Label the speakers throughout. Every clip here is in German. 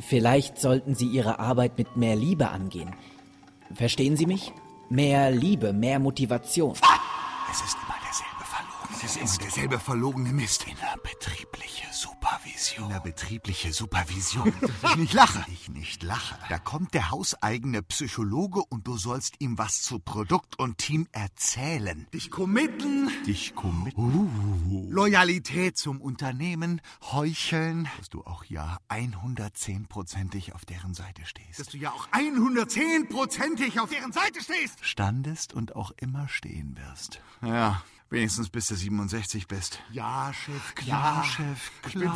Speaker 1: Vielleicht sollten Sie Ihre Arbeit mit mehr Liebe angehen. Verstehen Sie mich? Mehr Liebe, mehr Motivation.
Speaker 2: Es ist immer derselbe verlogene Es ist derselbe verlogene Mist. Innerbetriebliche Supervision. Innerbetriebliche Supervision. ich nicht lache. Ich nicht lache. Da kommt der hauseigene Psychologe und du sollst ihm was zu Produkt und Team erzählen. Dich committen. Uh. Dich committen. Loyalität zum Unternehmen, heucheln. Dass du auch ja 110%ig auf deren Seite stehst. Dass du ja auch 110%ig auf deren Seite stehst. Standest und auch immer stehen wirst. Ja. Wenigstens bis du 67 bist. Ja, Chef, klar. Ja, Chef, klar. Ich bin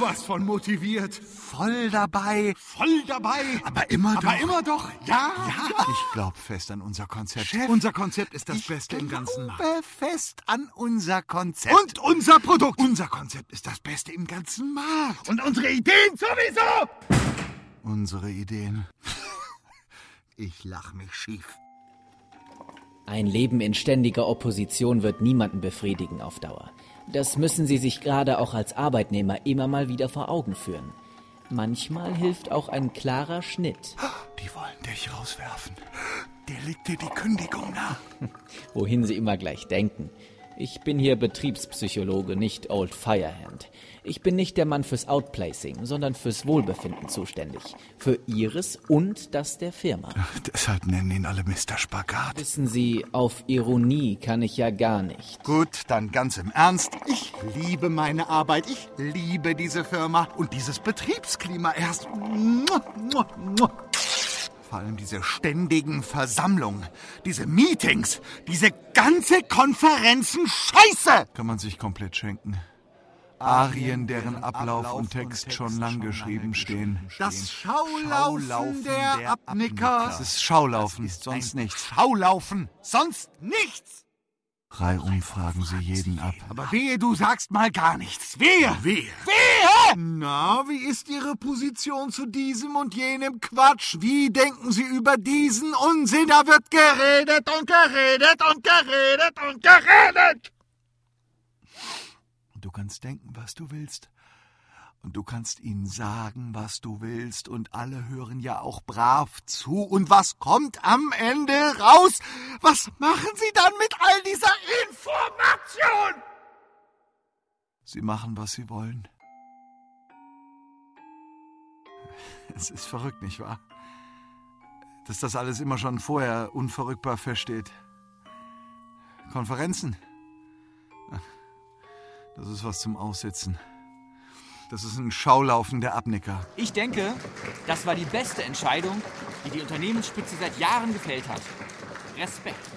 Speaker 2: sowas von motiviert. Voll dabei. Voll dabei. Aber immer doch. Aber immer doch. Ja, ja. Ich glaube fest an unser Konzept. Chef, unser Konzept ist das Beste im ganzen Markt. fest an unser Konzept. Und unser Produkt. Unser Konzept ist das Beste im ganzen Markt. Und unsere Ideen sowieso. Unsere Ideen. ich lach mich schief.
Speaker 1: Ein Leben in ständiger Opposition wird niemanden befriedigen auf Dauer. Das müssen Sie sich gerade auch als Arbeitnehmer immer mal wieder vor Augen führen. Manchmal hilft auch ein klarer Schnitt.
Speaker 2: Die wollen dich rauswerfen. Der legt dir die Kündigung nahe.
Speaker 1: wohin Sie immer gleich denken. Ich bin hier Betriebspsychologe, nicht Old Firehand. Ich bin nicht der Mann fürs Outplacing, sondern fürs Wohlbefinden zuständig. Für Ihres und das der Firma.
Speaker 2: Deshalb nennen ihn alle Mr. Spagat.
Speaker 1: Wissen Sie, auf Ironie kann ich ja gar nicht.
Speaker 2: Gut, dann ganz im Ernst. Ich liebe meine Arbeit. Ich liebe diese Firma und dieses Betriebsklima erst. Mua, mua, mua. Vor allem diese ständigen Versammlungen, diese Meetings, diese ganze Konferenzen-Scheiße! Kann man sich komplett schenken. Arien, deren Ablauf und Text schon lang geschrieben stehen. Das Schaulaufen der Abnicker. Das ist Schaulaufen, sonst nichts. Schaulaufen, sonst nichts! Reihum fragen sie jeden ab. Aber wehe, du sagst mal gar nichts. Wehe! Wehe! Wehe! Na, wie ist Ihre Position zu diesem und jenem Quatsch? Wie denken Sie über diesen Unsinn? Da wird geredet und geredet und geredet und geredet! Und du kannst denken, was du willst. Und du kannst ihnen sagen, was du willst, und alle hören ja auch brav zu. Und was kommt am Ende raus? Was machen sie dann mit all dieser Information? Sie machen, was sie wollen. Es ist verrückt, nicht wahr? Dass das alles immer schon vorher unverrückbar feststeht. Konferenzen. Das ist was zum Aussitzen. Das ist ein Schaulaufen der Abnicker.
Speaker 3: Ich denke, das war die beste Entscheidung, die die Unternehmensspitze seit Jahren gefällt hat. Respekt.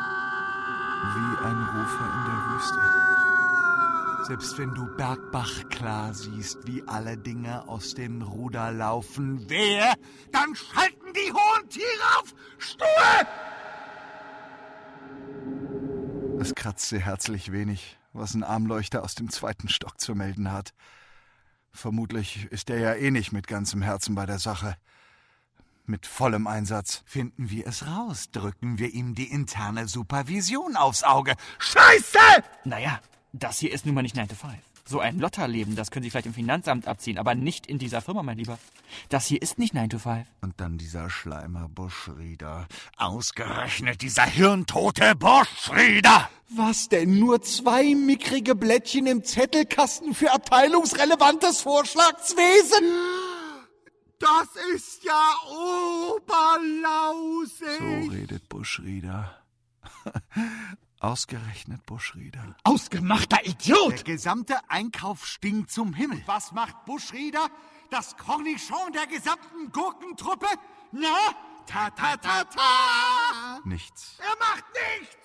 Speaker 2: Wie ein Rufer in der Wüste. Selbst wenn du Bergbach klar siehst, wie alle Dinge aus dem Ruder laufen, wehe, dann schalten die hohen Tiere auf Stuhe! Es kratzte herzlich wenig, was ein Armleuchter aus dem zweiten Stock zu melden hat. Vermutlich ist er ja eh nicht mit ganzem Herzen bei der Sache. Mit vollem Einsatz. Finden wir es raus, drücken wir ihm die interne Supervision aufs Auge. Scheiße!
Speaker 3: Naja, das hier ist nun mal nicht 9 to 5. So ein Lotterleben, das können Sie vielleicht im Finanzamt abziehen, aber nicht in dieser Firma, mein Lieber. Das hier ist nicht 9 to 5.
Speaker 2: Und dann dieser Schleimer Buschrieder. Ausgerechnet dieser hirntote Buschrieder!
Speaker 4: Was denn? Nur zwei mickrige Blättchen im Zettelkasten für abteilungsrelevantes Vorschlagswesen?
Speaker 2: Das ist ja oberlausig! So redet Buschrieder. Ausgerechnet Buschrieder.
Speaker 4: Ausgemachter Idiot!
Speaker 2: Der gesamte Einkauf stinkt zum Himmel. Was macht Buschrieder? Das Cornichon der gesamten Gurkentruppe? Na? Ta ta ta ta! Nichts. Er macht nichts!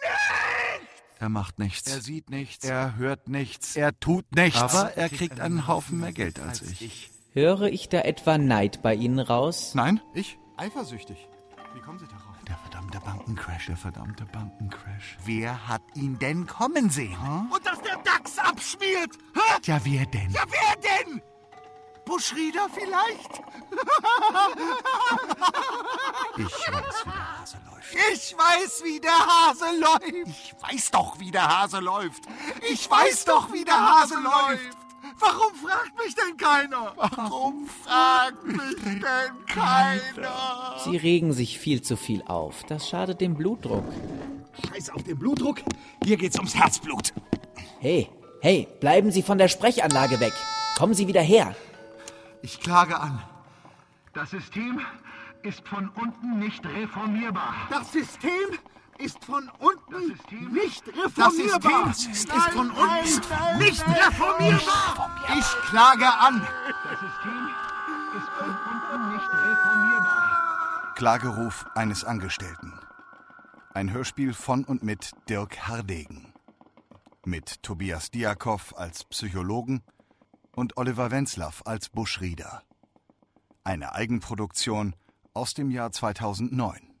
Speaker 2: Nichts! Er macht nichts. Er sieht nichts. Er hört nichts. Er tut nichts. Aber er kriegt einen Haufen mehr Geld als ich.
Speaker 1: Höre ich da etwa Neid bei Ihnen raus?
Speaker 2: Nein?
Speaker 4: Ich? Eifersüchtig. Wie kommen Sie darauf?
Speaker 2: Der verdammte Bankencrash, der verdammte Bankencrash. Wer hat ihn denn kommen sehen? Und dass der DAX abschmiert! Hä? Ja, wer denn? Ja, wer denn? Buschrieder vielleicht? ich weiß, wie der Hase läuft.
Speaker 4: Ich weiß, wie der Hase läuft.
Speaker 2: Ich weiß doch, wie der Hase läuft.
Speaker 4: Ich weiß doch, wie der Hase läuft.
Speaker 2: Warum fragt mich denn keiner? Warum fragt mich denn keiner?
Speaker 1: Sie regen sich viel zu viel auf. Das schadet dem Blutdruck.
Speaker 2: Scheiß auf den Blutdruck. Hier geht's ums Herzblut.
Speaker 1: Hey, hey, bleiben Sie von der Sprechanlage weg. Kommen Sie wieder her.
Speaker 2: Ich klage an.
Speaker 5: Das System ist von unten nicht reformierbar.
Speaker 4: Das System ist von unten
Speaker 5: System-
Speaker 4: nicht
Speaker 2: Das System
Speaker 4: reformierbar.
Speaker 2: ist
Speaker 4: Nein,
Speaker 2: von unten
Speaker 4: nein, nein,
Speaker 2: nicht
Speaker 4: nein.
Speaker 2: reformierbar. Ich klage an.
Speaker 5: Das System ist von unten nicht reformierbar.
Speaker 2: Klageruf eines Angestellten. Ein Hörspiel von und mit Dirk Hardegen. Mit Tobias Diakow als Psychologen und Oliver Wenzlaff als Buschrieder. Eine Eigenproduktion aus dem Jahr 2009.